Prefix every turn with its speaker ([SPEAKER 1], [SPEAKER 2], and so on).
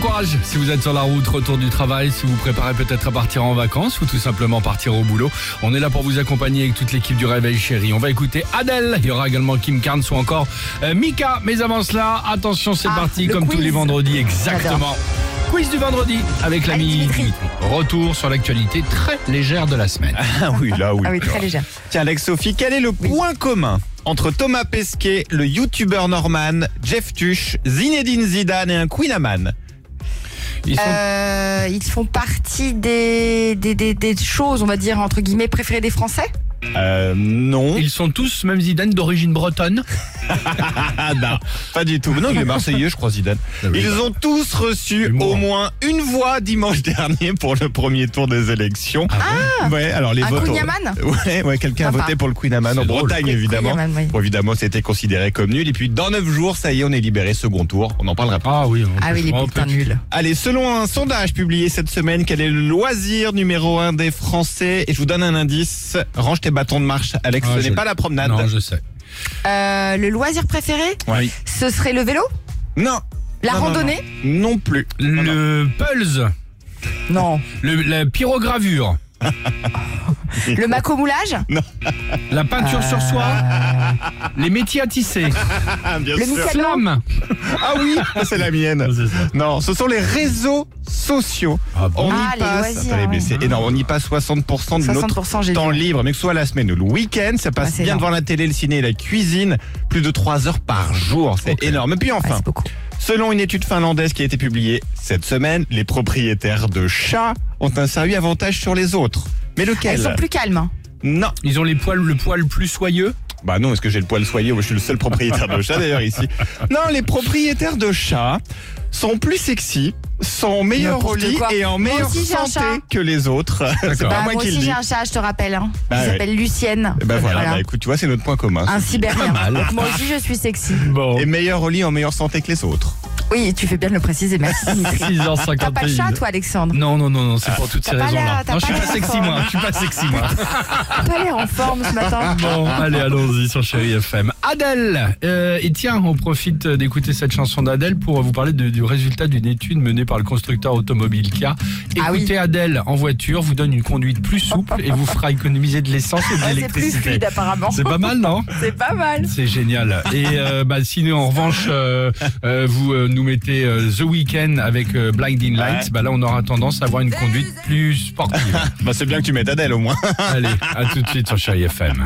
[SPEAKER 1] courage si vous êtes sur la route, retour du travail, si vous préparez peut-être à partir en vacances ou tout simplement partir au boulot. On est là pour vous accompagner avec toute l'équipe du Réveil Chéri. On va écouter Adèle, il y aura également Kim Carnes ou encore euh, Mika. Mais avant cela, attention, c'est
[SPEAKER 2] Ah,
[SPEAKER 1] parti
[SPEAKER 2] le
[SPEAKER 1] comme tous
[SPEAKER 2] quiz.
[SPEAKER 1] les vendredis, exactement. Quiz du vendredi avec l'ami
[SPEAKER 2] Allez, Dimitri.
[SPEAKER 1] Dimitri. Retour sur l'actualité très légère de la semaine.
[SPEAKER 3] Ah oui, là
[SPEAKER 2] Ah oui, très légère.
[SPEAKER 3] Tiens, Alex Sophie, quel est le point commun entre Thomas Pesquet, le youtubeur Norman, Jeff Tuch, Zinedine Zidane et un Queenaman
[SPEAKER 1] Ils sont
[SPEAKER 2] Euh, ils font partie des, des, des, des choses, on va dire, entre guillemets, préférées des Français
[SPEAKER 3] Euh, non.
[SPEAKER 1] Ils sont tous, même Zidane, d'origine bretonne.
[SPEAKER 3] Ah non, pas du tout. Non, il est marseillais, je crois, Zidane. Ils ont tous reçu
[SPEAKER 1] Humour.
[SPEAKER 3] au moins une voix dimanche dernier pour le premier tour des élections. ouais, alors les
[SPEAKER 2] Ah. Un
[SPEAKER 3] votes. ont-
[SPEAKER 2] Queenaman
[SPEAKER 3] Ouais, ouais, quelqu'un a
[SPEAKER 2] Sympa.
[SPEAKER 3] voté pour le Queenaman en
[SPEAKER 1] C'est drôle.
[SPEAKER 3] Bretagne,
[SPEAKER 2] Oui,
[SPEAKER 3] évidemment.
[SPEAKER 2] Queenaman, oui.
[SPEAKER 3] Bon, évidemment, c'était considéré comme nul. Et puis, dans 9 jours, ça y est, on est libéré, second tour. On en parlera pas.
[SPEAKER 1] Ah oui,
[SPEAKER 2] Ah oui, les bulletins nuls.
[SPEAKER 3] Allez, selon un sondage publié cette semaine, quel est le loisir numéro un des Français Et je vous donne un indice. Range tes bâtons de marche, Alex.
[SPEAKER 1] Ah,
[SPEAKER 3] ce
[SPEAKER 1] je-
[SPEAKER 3] n'est pas la promenade.
[SPEAKER 1] Non, je sais.
[SPEAKER 2] Euh, le loisir préféré,
[SPEAKER 3] Ouais.
[SPEAKER 2] ce serait le vélo
[SPEAKER 3] Non.
[SPEAKER 2] La
[SPEAKER 3] Non, non,
[SPEAKER 2] randonnée
[SPEAKER 3] non. non plus. Non, non.
[SPEAKER 1] Le pulse,
[SPEAKER 2] Non.
[SPEAKER 1] le- la pyrogravure,
[SPEAKER 2] Le macomoulage
[SPEAKER 1] la peinture sur soie, les métiers à tisser,
[SPEAKER 3] Ah, bien
[SPEAKER 2] Le
[SPEAKER 3] sûr.
[SPEAKER 2] mystère.
[SPEAKER 1] flamme.
[SPEAKER 3] Ah oui, ça, c'est la mienne. Non, ce sont les réseaux sociaux.
[SPEAKER 1] Ah bon
[SPEAKER 3] on y
[SPEAKER 2] Ah, les
[SPEAKER 3] passe,
[SPEAKER 2] loisirs,
[SPEAKER 3] Attendez, mais
[SPEAKER 2] ouais.
[SPEAKER 3] c'est énorme. On y passe 60% de notre
[SPEAKER 2] 60%, j'ai dit.
[SPEAKER 3] temps libre, mais que ce soit la semaine ou le week-end, ça
[SPEAKER 2] Ah,
[SPEAKER 3] passe
[SPEAKER 2] c'est
[SPEAKER 3] bien
[SPEAKER 2] énorme.
[SPEAKER 3] devant la télé, le ciné et la cuisine, plus de 3 heures par jour, c'est
[SPEAKER 1] Ok.
[SPEAKER 3] énorme. Et puis
[SPEAKER 2] Ouais,
[SPEAKER 3] enfin,
[SPEAKER 2] Ah, c'est beaucoup.
[SPEAKER 3] selon une étude finlandaise qui a été publiée cette semaine, les propriétaires de chats ont un sérieux avantage sur les autres. Mais
[SPEAKER 2] Ah,
[SPEAKER 3] lequel
[SPEAKER 2] Ils sont plus calmes.
[SPEAKER 3] Non.
[SPEAKER 1] Ils ont les poils, le poil plus soyeux.
[SPEAKER 3] Bah non, est-ce que j'ai le poil soyeux Moi, Je suis le seul propriétaire de chat d'ailleurs ici. Non, les propriétaires de chats sont plus sexy, sont meilleurs au
[SPEAKER 2] N'importe
[SPEAKER 3] lit
[SPEAKER 2] quoi.
[SPEAKER 3] et en
[SPEAKER 2] Moi
[SPEAKER 3] meilleure
[SPEAKER 2] aussi, j'ai un
[SPEAKER 3] santé
[SPEAKER 2] chat.
[SPEAKER 3] que les autres. C'est
[SPEAKER 1] D'accord.
[SPEAKER 3] pas
[SPEAKER 2] Bah,
[SPEAKER 3] moi
[SPEAKER 2] moi
[SPEAKER 3] qui le
[SPEAKER 2] aussi,
[SPEAKER 3] dis.
[SPEAKER 2] j'ai un chat, je te rappelle. Hein. il
[SPEAKER 3] Bah, ouais.
[SPEAKER 2] s'appelle Lucienne.
[SPEAKER 3] Eh ben voilà,
[SPEAKER 2] Voilà.
[SPEAKER 3] bah écoute, tu vois, c'est notre point commun.
[SPEAKER 2] Un cyberien.
[SPEAKER 1] mal.
[SPEAKER 2] Donc moi aussi, je suis sexy.
[SPEAKER 1] Bon.
[SPEAKER 3] Et meilleur au lit en meilleure santé que les autres.
[SPEAKER 2] Oui, tu fais bien de le préciser, merci. Dimitri. T'as pas le
[SPEAKER 1] 6h51.
[SPEAKER 2] chat, toi, Alexandre
[SPEAKER 1] Non, non, non, non, c'est pour toutes ces
[SPEAKER 2] T'as pas
[SPEAKER 1] raisons-là.
[SPEAKER 2] la- t'as
[SPEAKER 1] Non, je
[SPEAKER 2] pas
[SPEAKER 1] suis pas
[SPEAKER 2] la
[SPEAKER 1] sexy,
[SPEAKER 2] forme.
[SPEAKER 1] moi. Je suis pas sexy, moi.
[SPEAKER 2] T'as pas l'air en forme ce matin
[SPEAKER 1] Bon, allez, allons-y sur Chéri FM. Adèle euh, Et tiens, on profite euh, d'écouter cette chanson d'Adèle pour vous parler de- du résultat d'une étude menée par le constructeur automobile Kia. Écoutez
[SPEAKER 2] Ah oui.
[SPEAKER 1] Adèle en voiture vous donne une conduite plus souple et vous fera économiser de l'essence et de
[SPEAKER 2] Ah, C'est plus
[SPEAKER 1] l'électricité.
[SPEAKER 2] fluide, apparemment.
[SPEAKER 1] C'est pas mal, non
[SPEAKER 2] C'est pas mal.
[SPEAKER 1] C'est génial. Et euh, bah, si en revanche euh, euh, vous euh, nous mettez euh, The Weeknd avec euh, Blinding Lights,
[SPEAKER 3] Ouais.
[SPEAKER 1] bah là on aura tendance à avoir une conduite plus sportive.
[SPEAKER 3] Bah c'est bien que tu mettes Adèle au moins.
[SPEAKER 1] Allez, à tout de suite sur Chéri FM.